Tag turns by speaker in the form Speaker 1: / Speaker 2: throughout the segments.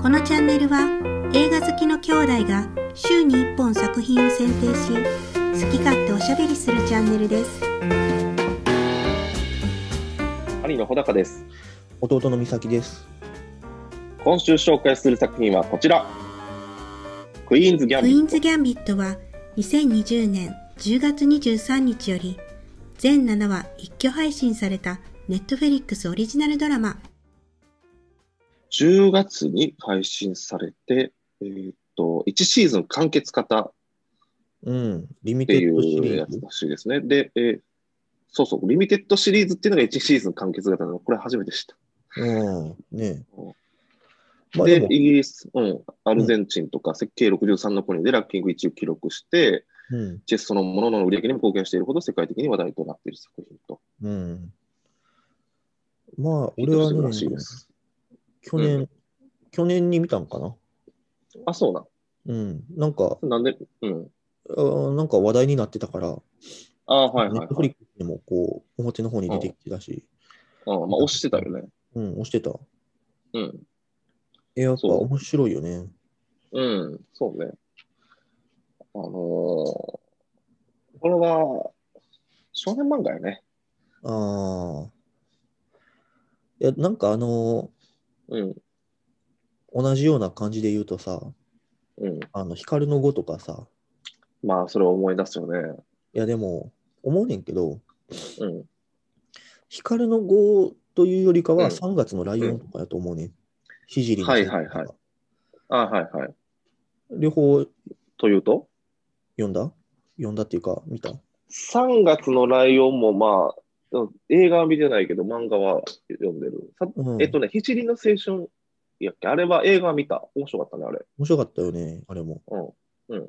Speaker 1: このチャンネルは映画好きの兄弟が週に1本作品を選定し好き勝手おしゃべりするチャンネルです
Speaker 2: 兄の穂高です。
Speaker 3: 弟の美咲です。
Speaker 2: 今週紹介する作品はこちら。クイーンズギャン
Speaker 1: クイ
Speaker 2: ビッ
Speaker 1: ーンズ・ギャンビットは2020年10月23日より全7話一挙配信されたネットフェリックスオリジナルドラマ
Speaker 2: ト。10月に配信されて、えーっと、1シーズン完結型っ
Speaker 3: うん。リミ
Speaker 2: て
Speaker 3: テ
Speaker 2: い
Speaker 3: ッドシ
Speaker 2: う
Speaker 3: リ
Speaker 2: や
Speaker 3: ー
Speaker 2: つ
Speaker 3: ズ。
Speaker 2: らしいですね。で、えーそうそう、リミテッドシリーズっていうのが1シーズン完結型なの。これ初めて知った。
Speaker 3: うん。ね
Speaker 2: うん
Speaker 3: まあ
Speaker 2: で
Speaker 3: でも、
Speaker 2: イギリス、うん、アルゼンチンとか、計63の国でランキング1位を記録して、
Speaker 3: うん。
Speaker 2: チェスそのものの売り上げにも貢献しているほど世界的に話題となっている作品と。
Speaker 3: うん。まあ、俺は
Speaker 2: ら
Speaker 3: ね、
Speaker 2: しいです。
Speaker 3: 去年、去年に見たのかな。
Speaker 2: あ、そうな
Speaker 3: うん。なんか、
Speaker 2: ん。なんで、うん。
Speaker 3: あーなんか話題になってたから、
Speaker 2: あーはいはい、
Speaker 3: ネットフ
Speaker 2: はい
Speaker 3: リッ。クスでもこう、表の方に出てきてたし、
Speaker 2: うん、まあ、押してたよね。
Speaker 3: うん、押してた。
Speaker 2: うん。
Speaker 3: え、やっぱ
Speaker 2: そう
Speaker 3: 面白いよね。
Speaker 2: うん、そうね。あのーこれは、少年漫画やね。
Speaker 3: ああ。いや、なんかあの
Speaker 2: うん、
Speaker 3: ー同じような感じで言うとさ、
Speaker 2: うん。
Speaker 3: あの、光の碁とかさ、
Speaker 2: まあ、それを思い出すよね。
Speaker 3: いやでも思うねんけど、
Speaker 2: うん。
Speaker 3: 光の碁というよりか
Speaker 2: う
Speaker 3: は
Speaker 2: ん
Speaker 3: 3月のライオンとかやと思うねん。ひじりの
Speaker 2: はいはいはいあーはいはい。
Speaker 3: 両方
Speaker 2: というと、
Speaker 3: 読んだ読んだっていうか見た
Speaker 2: 3月のライオンも、まあ、うん映画は見てないけど、漫画は読んでる。さ
Speaker 3: うん。
Speaker 2: えっとね、ひちりの青春やっけあれは映画見た。面白かったね、あれ。
Speaker 3: 面白かったよね、あれも。
Speaker 2: うん。うん。
Speaker 3: い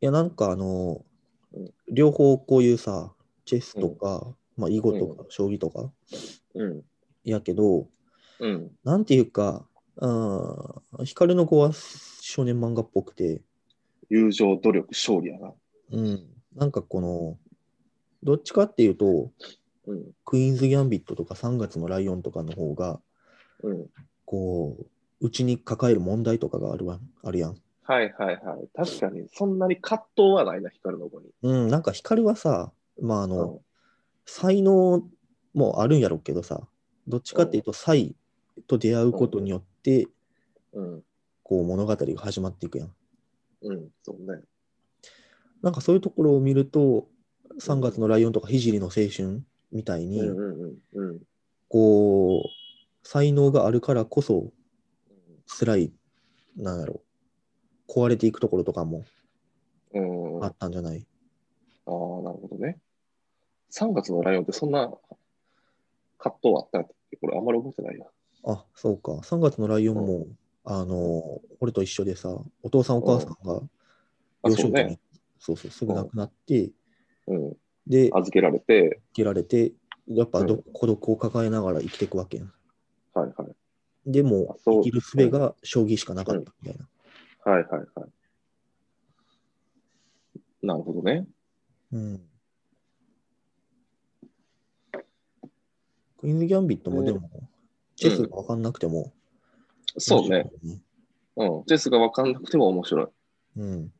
Speaker 3: やなんかあの
Speaker 2: うん、
Speaker 3: 両方こういうさ、チェスとか、まあ囲碁とか将棋とか
Speaker 2: うん。
Speaker 3: やけど、
Speaker 2: うん。
Speaker 3: なんていうか、うん、光の碁は少年漫画っぽくて、
Speaker 2: 友情、努力、勝利やな。
Speaker 3: うん、なんかこの、どっちかっていうと、
Speaker 2: うん。
Speaker 3: クイーンズ・ギャンビットとか3月のライオンとかの方が、
Speaker 2: うん。
Speaker 3: こう、うちに抱える問題とかがあるわあるやん。
Speaker 2: はいはいはい。確かに、そんなに葛藤はないな、光の子に。
Speaker 3: うん、なんか光はさ、まああ
Speaker 2: う
Speaker 3: の、
Speaker 2: ん。
Speaker 3: 才能もあるんやろうけどさ、どっちかっていうと、才と出会うことによって、
Speaker 2: うん。
Speaker 3: こう物語が始まっていくやん。
Speaker 2: うん。そうね。
Speaker 3: なんかそういうところを見ると、3月のライオンとか、聖の青春みたいに、
Speaker 2: うんうんうん。うん。
Speaker 3: こう、才能があるからこそ、辛い、なんやろ壊れていくところとかも
Speaker 2: うん、あ
Speaker 3: あ
Speaker 2: あ、なる
Speaker 3: ったんじゃない
Speaker 2: ほどね。3月のライオンってそんな葛藤あったっけこれあんまり覚えてないな。
Speaker 3: あ、そうか。3月のライオンも、あのー、俺と一緒でさ、お父さんお母さんが
Speaker 2: あ、
Speaker 3: 幼
Speaker 2: そう
Speaker 3: 少期
Speaker 2: ね。
Speaker 3: に、そうそう、すぐ亡くなって、
Speaker 2: うん。
Speaker 3: で、受
Speaker 2: 預けられて、
Speaker 3: けられて、やっぱど
Speaker 2: うん
Speaker 3: 孤独を抱えながら生きていくわけやん。
Speaker 2: はいはい。
Speaker 3: で
Speaker 2: あ
Speaker 3: も、
Speaker 2: そう
Speaker 3: 生きる術が将棋しかなかったみたいな。
Speaker 2: はいはいはい。なるほどね。
Speaker 3: うん。クイーンズ・ギャンビットもでも、チェスが分かんなくても、
Speaker 2: そうね。。うん。チェスが分かんなくても面白い。
Speaker 3: うん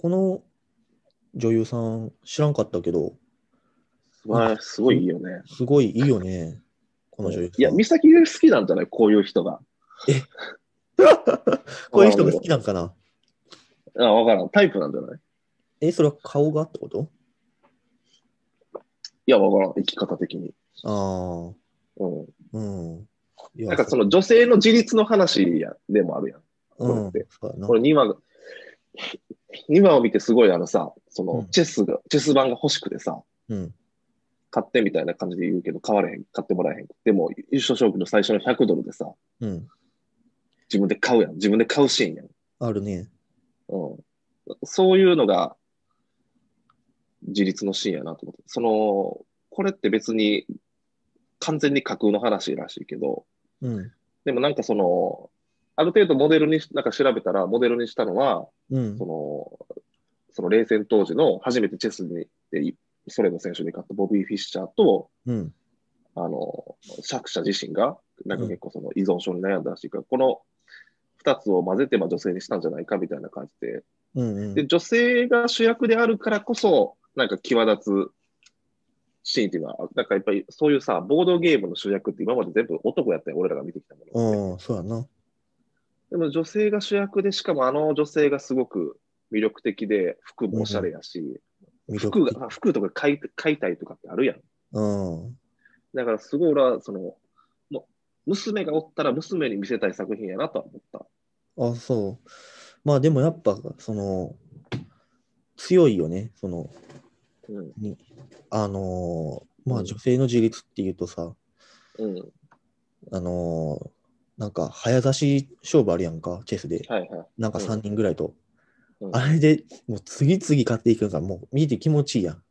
Speaker 3: この女優さん知らんかったけど、
Speaker 2: 素晴らしい。すごいいいよね。
Speaker 3: すごいいいよね、この女優さん。
Speaker 2: いや、美咲が好きなんじゃないこういう人が。
Speaker 3: こういう人が好きなんかな
Speaker 2: あ、わからん。タイプなんじゃない
Speaker 3: え、それは顔がってこと
Speaker 2: いや、わからん。生き方的に。
Speaker 3: あ
Speaker 2: うん。
Speaker 3: あ、うん。いや
Speaker 2: なんかその女性の自立の話やでもあるやん。
Speaker 3: う
Speaker 2: こ
Speaker 3: ん、
Speaker 2: れっ
Speaker 3: そうやな
Speaker 2: これ2話が、2話を見てすごいあのさ、そうの
Speaker 3: ん
Speaker 2: チェスが、チェス版が欲しくてさ、
Speaker 3: うん。
Speaker 2: 買ってみたいな感じで言うけど、買われへん、買ってもらえへん。でも、優勝賞金の最初の100ドルでさ、
Speaker 3: うん。
Speaker 2: 自分で買うやん。自分で買うシーンやん。
Speaker 3: あるね。
Speaker 2: うん。そういうのが、自立のシーンやなと思って。その、これって別に、完全に架空の話らしいけど、
Speaker 3: うん。
Speaker 2: でもなんかその、ある程度モデルにし、なんか調べたら、モデルにしたのは、
Speaker 3: うん
Speaker 2: そ。の、その冷戦当時の初めてチェスに、でソ連の選手に勝ったボビー・フィッシャーと、
Speaker 3: うん。
Speaker 2: あの、作者自身がなんか結構その依存症に悩んだらしいから、この2つを混ぜてまあ女性にしたんじゃないかみたいな感じで、
Speaker 3: うんうん
Speaker 2: で、女性が主役であるからこそ、なんか際立つシーンっていうのは、なんかやっぱりそういうさ、ボードゲームの主役って今まで全部男やったよ、俺らが見てきたもの。
Speaker 3: ああ、そうやな。
Speaker 2: でも女性が主役で、しかもあの女性がすごく魅力的で、服もおしゃれやし、
Speaker 3: 魅
Speaker 2: 服
Speaker 3: 力的。
Speaker 2: があ服とか買い買いたいとかってあるやん。
Speaker 3: うん。
Speaker 2: だからすごい俺は、その、もう娘がおったら娘に見せたい作品やなとは思った。
Speaker 3: あ、そう。まあでもやっぱ、その、強いよね。その、
Speaker 2: うん。
Speaker 3: あのーま
Speaker 2: う
Speaker 3: あ
Speaker 2: ん
Speaker 3: 女性の自立っていうとさ、
Speaker 2: うん。
Speaker 3: あのーなんか早指し勝負あるやんか、チェスで。
Speaker 2: はいはい。
Speaker 3: なんか
Speaker 2: うん
Speaker 3: 3人ぐらいと。
Speaker 2: うん
Speaker 3: あれでもう次々勝っていくのがもう見て気持ちいいやん。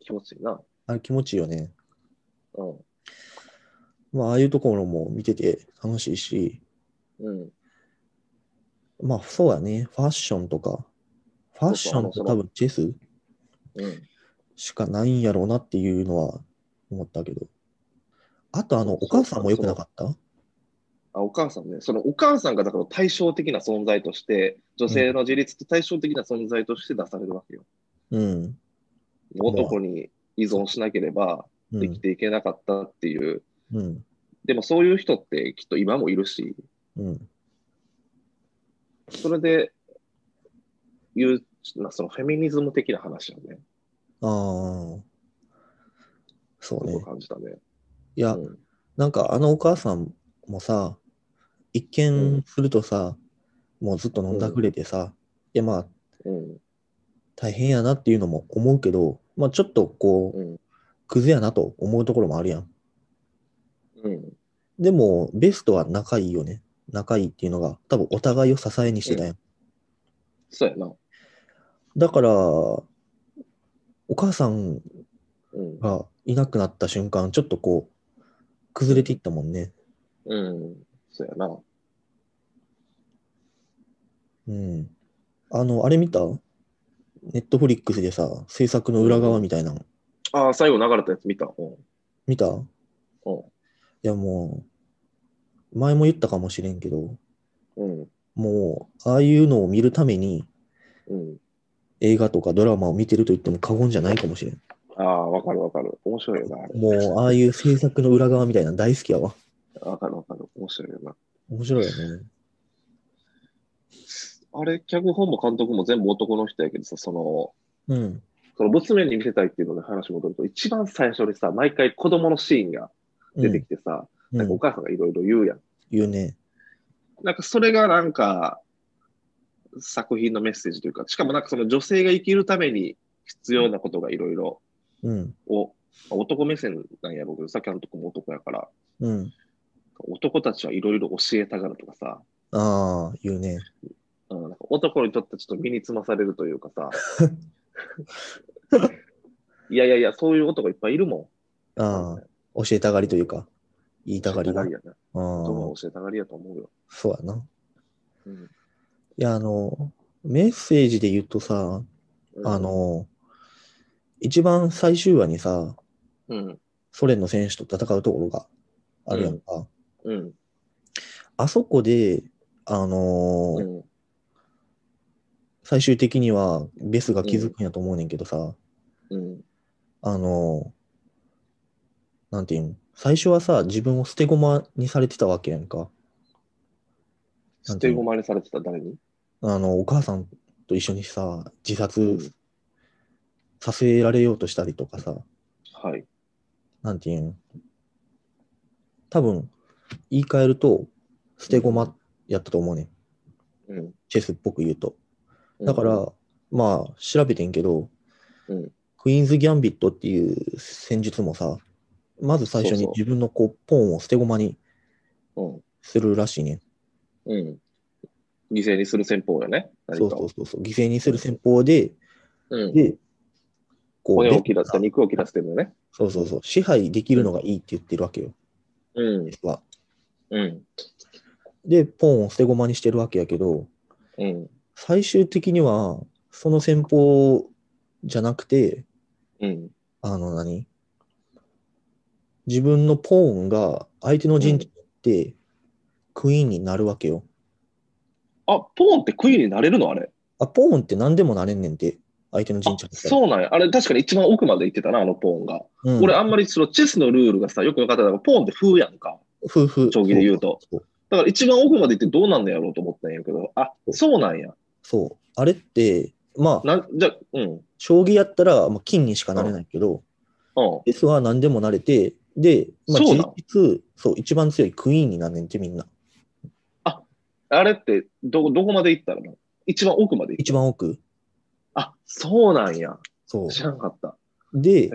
Speaker 2: 気持ちいいな。
Speaker 3: あれ気持ちいいよね。
Speaker 2: うん。
Speaker 3: まあああいうところも見てて楽しいし、
Speaker 2: うん。
Speaker 3: まあそうやね、ファッションとか、ファッションと多分チェス
Speaker 2: うん。
Speaker 3: しかないんやろうなっていうのは思ったけど。あとあの、お母さんも良くなかった
Speaker 2: あ、お母さんね。そのお母さんがだから対照的な存在として、女性の自立と対照的な存在として出されるわけよ。
Speaker 3: うん。ん
Speaker 2: 男に依存しなければ
Speaker 3: う
Speaker 2: 生き
Speaker 3: ん。
Speaker 2: ていけなかったっていう。
Speaker 3: うん。
Speaker 2: でもそういう人ってきっと今もいるし、
Speaker 3: うん。
Speaker 2: それで、言う、なそのフェミニズム的な話をね、
Speaker 3: ああ。そう
Speaker 2: 僕
Speaker 3: ね
Speaker 2: は。感じたね。
Speaker 3: いや、
Speaker 2: うん
Speaker 3: なんかあのお母さんもさ、一
Speaker 2: う
Speaker 3: 見
Speaker 2: ん
Speaker 3: するとさ、もうずっと飲んだくれてさ、いやまあ
Speaker 2: うん。
Speaker 3: 大変やなっていうのも思うけど、まあちょっとこう、
Speaker 2: うん。
Speaker 3: クズやなと思うところもあるやん。
Speaker 2: うん。
Speaker 3: でも、ベストは仲いいよね。仲いいっていうのが、多分お互いを支えにしてたやん。
Speaker 2: そうやな。
Speaker 3: だから、お母さん
Speaker 2: うん。
Speaker 3: がいなくなった瞬間、ちょっとこう、崩れていったもんね。
Speaker 2: うん。そうやな。
Speaker 3: うん。あの、あれ見たネットフリックスでさ、制作の裏側みたいなの
Speaker 2: ああ、最後流れたやつ見た。うん。
Speaker 3: 見たいやもう、前も言ったかもしれんけど、
Speaker 2: うん。
Speaker 3: もう、ああいうのを見るために
Speaker 2: うん。
Speaker 3: 映画とかドラマを見てると言っても過言じゃないかもしれん。
Speaker 2: ああ、わかるわかる。面白いよな、あれ。
Speaker 3: もう、ああいう制作の裏側みたいなの大好きやわ。
Speaker 2: わかるわかる。面白いよな。
Speaker 3: 面白いよね。
Speaker 2: あれ、脚本も監督も全部男の人やけどさ、その、
Speaker 3: うん。
Speaker 2: その娘に見せたいっていうので話戻ると、一番最初にさ、毎回子供のシーンが出てきてさ、
Speaker 3: うん
Speaker 2: なんか
Speaker 3: う
Speaker 2: お
Speaker 3: ん、
Speaker 2: 母さんがいろいろ言うやん。
Speaker 3: 言うね。
Speaker 2: なんかそれがなんか、作品のメッセージというか、しかもなんかその女性が生きるために必要なことがいろいろ、
Speaker 3: うん。
Speaker 2: を、まあ男目線なんやろうけど、さっきのとこも男やから、
Speaker 3: うん。
Speaker 2: 男たちはいろいろ教えたがるとかさ、
Speaker 3: ああ、言うね。
Speaker 2: うん、なんか男にとってちょっと身につまされるというか さ、いやいやいや、そういう男いっぱいいるもん。
Speaker 3: ああ、教えたがりというか、言いたがりが。あ
Speaker 2: 教えたがりやな。
Speaker 3: あ
Speaker 2: 男は
Speaker 3: ー、
Speaker 2: 教えたがりやと思うよ。
Speaker 3: そうやな。
Speaker 2: うん
Speaker 3: いや、あの、メッセージで言うとさ、
Speaker 2: うん
Speaker 3: あ、の、一番最終話にさ、
Speaker 2: うん、
Speaker 3: ソ連の選手と戦うところがあるやんか。
Speaker 2: うん、
Speaker 3: あそこで、あの
Speaker 2: う
Speaker 3: ー
Speaker 2: ん、
Speaker 3: 最終的にはベスが気づくんやと思うねんけどさ、
Speaker 2: うん、
Speaker 3: あのーなんていうん、最初はさ、自分を捨て駒にされてたわけやんか。
Speaker 2: 捨て駒にされてた誰に
Speaker 3: あの、お母さんと一緒にさ、自殺させられようとしたりとかさ、
Speaker 2: はい。
Speaker 3: なんていうん、多分、言い換えると、捨て駒やったと思うねん。
Speaker 2: うん。
Speaker 3: チェスっぽく言うと。だから、
Speaker 2: うん、
Speaker 3: まあ、調べてんけど、
Speaker 2: うん
Speaker 3: クイーンズ・ギャンビットっていう戦術もさ、まず最初
Speaker 2: そう
Speaker 3: に
Speaker 2: そう
Speaker 3: 自分のこうポーンを捨て駒に
Speaker 2: うん、
Speaker 3: するらしいね。
Speaker 2: うん。犠牲にする戦法よね。何か
Speaker 3: そ
Speaker 2: を
Speaker 3: うそうそうそう。犠牲にする戦法で、
Speaker 2: うん。
Speaker 3: で、こ
Speaker 2: 骨を
Speaker 3: ベ
Speaker 2: 切らせて、肉を切らせてるのね。
Speaker 3: そうそうそう。支配できるのがいいって言ってるわけよ。
Speaker 2: うん
Speaker 3: ベ。スは
Speaker 2: うん。
Speaker 3: で、ポーンを捨て駒にしてるわけやけど、
Speaker 2: うん。
Speaker 3: 最終的には、その戦法じゃなくて、
Speaker 2: うん。
Speaker 3: あの何自分のポーンが相手の陣地にって、クイーンになるわけよ。
Speaker 2: あ、ポーンってクイーンになれるのあれ。
Speaker 3: あ、ポーンって何でもなれんねんて、相手の
Speaker 2: あ
Speaker 3: 神社に行ったら
Speaker 2: そうなんや。あれ確かに一番奥まで行ってたな、あのポーンが。
Speaker 3: うん、
Speaker 2: 俺あんまりそのチェスのルールがさ、よく分かったから、ポーンって風やんか。
Speaker 3: 夫婦
Speaker 2: 将棋で言うと
Speaker 3: そう
Speaker 2: だから一番奥まで行ってどうなんのやろうと思ったんやけど、あ、そうなんや。
Speaker 3: そうあれってまあ
Speaker 2: なんじゃ、うん。
Speaker 3: 将棋やったら、まあ、金にしかなれないけど、
Speaker 2: うん。
Speaker 3: S は何でもなれてで、まあ、
Speaker 2: そう
Speaker 3: 実
Speaker 2: なん
Speaker 3: 質そう一番強いクイーンになんねんてみんな
Speaker 2: あれって、ど、どこまで行ったらな一番奥まで行っ
Speaker 3: 一番奥
Speaker 2: あ、そうなんや。
Speaker 3: そう
Speaker 2: 知らんかった。へ
Speaker 3: で
Speaker 2: え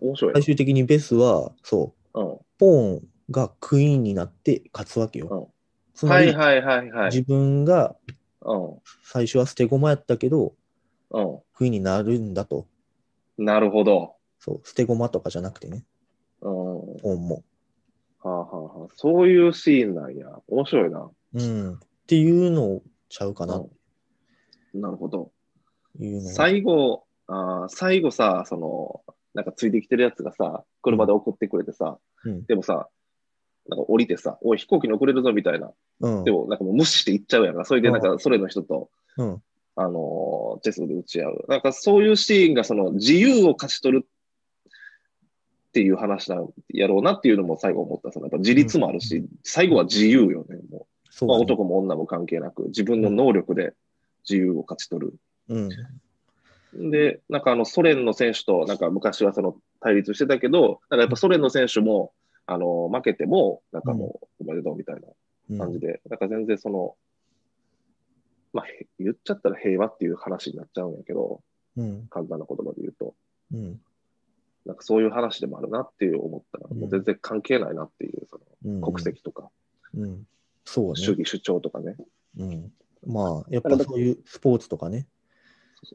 Speaker 2: 面白いな
Speaker 3: 最。終的にベスはそう
Speaker 2: う
Speaker 3: ポーンがクイーンになって勝つわけよ、
Speaker 2: うん
Speaker 3: つ
Speaker 2: ん。
Speaker 3: ま
Speaker 2: は
Speaker 3: り、
Speaker 2: いはいはいはい。
Speaker 3: 自分が
Speaker 2: うん。
Speaker 3: 最初は捨て駒やったけど
Speaker 2: う
Speaker 3: クイーンになるんだと
Speaker 2: ん。なるほど。
Speaker 3: そう捨て駒とかじゃなくてね
Speaker 2: うん。は
Speaker 3: ポーンも
Speaker 2: あはあはあ。そういうシーンなんや。面白いな。
Speaker 3: うんっていうのちゃうかなっ
Speaker 2: うんなるほど。
Speaker 3: ていうのが
Speaker 2: 最後、あー最後さ、その、なんかついてきてるやつがさ、車で送ってくれてさ、
Speaker 3: うん
Speaker 2: でもさ、なんか降りてさ、おい、飛行機に遅れるぞみたいな。
Speaker 3: うん
Speaker 2: でも、なんかもう無視して行っちゃうやんか。それで、なんか、それの人と、
Speaker 3: うん
Speaker 2: あのーチェスで打ち合う。なんか、そういうシーンが、その、自由を勝ち取るっていう話なんやろうなっていうのも最後思った。その、やっぱ自立もあるし、最後は自由よね。も
Speaker 3: そうう
Speaker 2: まあ、
Speaker 3: だね
Speaker 2: 男も女も関係なく、自分の能力で自由を勝ち取る。
Speaker 3: うん
Speaker 2: で、なんかあのソ連の選手となんか昔はその対立してたけど、なんかやっぱソ連の選手も、あの、負けても、なんかもう、おめでとうみたい
Speaker 3: うん
Speaker 2: な感じで、なんか全然その、まあ、へ言っちゃったら平和っていう話になっちゃうんやけど、
Speaker 3: うん
Speaker 2: 簡単な言葉で言うと、
Speaker 3: うん
Speaker 2: なんかそういう話でもあるなっていう思ったら、
Speaker 3: うん
Speaker 2: もう全然関係ないなっていう、そ
Speaker 3: うん
Speaker 2: の国籍とか、
Speaker 3: うんそう
Speaker 2: 主
Speaker 3: ね、
Speaker 2: 義主張とかね。
Speaker 3: うん、まあやっぱそういうスポーツとかね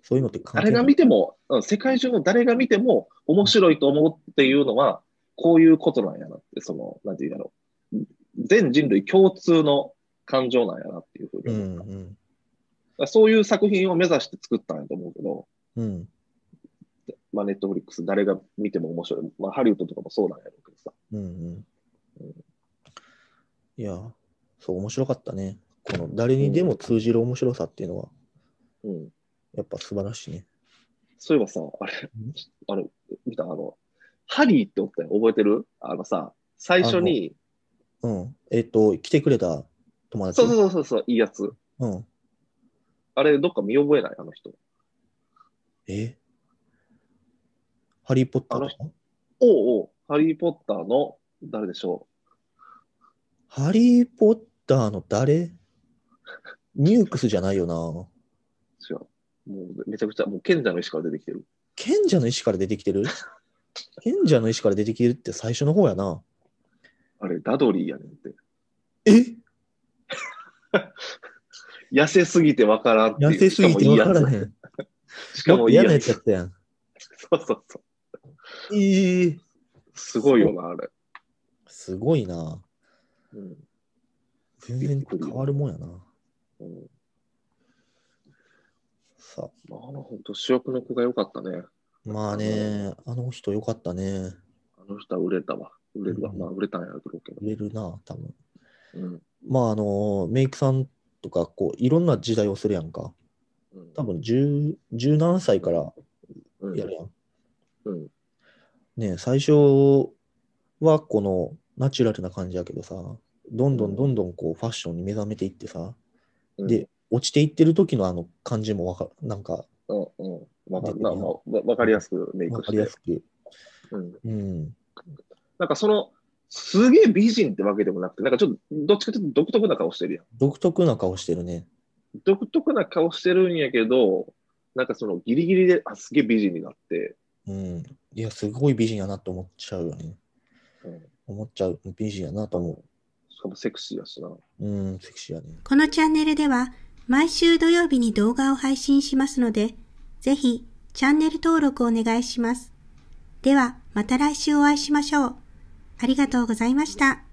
Speaker 3: そういうのって関
Speaker 2: 誰が見ても、うん、世界中の誰が見ても面白いと思うっていうのは、こういうことなんやなって、その、なんて言うんだろう。全人類共通の感情なんやなっていうふう
Speaker 3: う
Speaker 2: に思
Speaker 3: ん
Speaker 2: った。だか
Speaker 3: うん
Speaker 2: らそういう作品を目指して作ったんやと思うけど、
Speaker 3: うん
Speaker 2: まあ、ネットフリックス誰が見ても面白い。まあ、ハリウッドとかもそうなんやろうけどさ。
Speaker 3: うんうんいやそう面白かったねこの誰にでも通じる面白さっていうのは
Speaker 2: うん。
Speaker 3: やっぱ素晴らしいね
Speaker 2: そういえばさ、あれ、あれ、見たあの、ハリーっておったよ。覚えてるあのさ、最初に、
Speaker 3: うんえっ、と来てくれた友達
Speaker 2: そうそうそうそう、いいやつ。
Speaker 3: うん
Speaker 2: あれ、どっか見覚えないあの人。
Speaker 3: えハリー・ポッターとか
Speaker 2: おうおう、ハリー・ポッターの誰でしょ
Speaker 3: ハリー・ポッターの誰ニュークスじゃないよな。
Speaker 2: う違う。もうめちゃくちゃ、もう賢者の石から出てきてる。
Speaker 3: 賢者の石から出てきてる賢者の石から出てきてるって最初の方やな。
Speaker 2: あれ、ダドリーやねんって。
Speaker 3: え
Speaker 2: 痩せすぎてわからんっていう。
Speaker 3: 痩せすぎて分からへん。
Speaker 2: しか
Speaker 3: もっ
Speaker 2: も
Speaker 3: と
Speaker 2: いいやつ。
Speaker 3: 嫌なや
Speaker 2: し
Speaker 3: つ
Speaker 2: かもいいや
Speaker 3: やったやん。
Speaker 2: つ。そうそうそう。
Speaker 3: えー、
Speaker 2: すごいよな、あれ。
Speaker 3: すごいな。
Speaker 2: うん。
Speaker 3: 全然変わるもんやな。
Speaker 2: うん、
Speaker 3: さあ、
Speaker 2: まあ、あの、ほんと、主役の子が良かったね。
Speaker 3: まあね、あの人よかったね。
Speaker 2: あの人は売れたわ。売れるわ。
Speaker 3: うん
Speaker 2: まあ、売れたんやろうけど。
Speaker 3: 売れるな、多分。
Speaker 2: うん。
Speaker 3: まああの、メイクさんとか、こう、いろんな時代をするやんか。
Speaker 2: うん
Speaker 3: 多分10、17歳から
Speaker 2: うん
Speaker 3: やるやん。
Speaker 2: うん。
Speaker 3: ねえ最初はこのナチュラルな感じやけどさ、どんどんどんどんこうファッションに目覚めていってさ、
Speaker 2: うん、
Speaker 3: で、落ちていってる時のあの感じもわかなんか
Speaker 2: うん、うん。わか
Speaker 3: 出てる
Speaker 2: な
Speaker 3: やん
Speaker 2: まあわわかりやすくメイ
Speaker 3: わ
Speaker 2: クし
Speaker 3: かりや
Speaker 2: て
Speaker 3: す。く。
Speaker 2: うん。
Speaker 3: うん。
Speaker 2: なんかその、すげえ美人ってわけでもなくて、なんかちょっと、どっちかというと独特な顔してるやん。
Speaker 3: 独特な顔してるね。
Speaker 2: 独特な顔してるんやけど、なんかそのギリギリで、あ、すげえ美人になって、
Speaker 3: うん。いや、すごい美人やなって思っちゃうよね。
Speaker 2: うん
Speaker 3: 思っちゃう。美人やなと思
Speaker 2: しかもセクシーやしな。
Speaker 3: う。うん、セクシーやね。
Speaker 1: このチャンネルでは毎週土曜日に動画を配信しますので、ぜひチャンネル登録お願いします。ではまた来週お会いしましょう。ありがとうございました。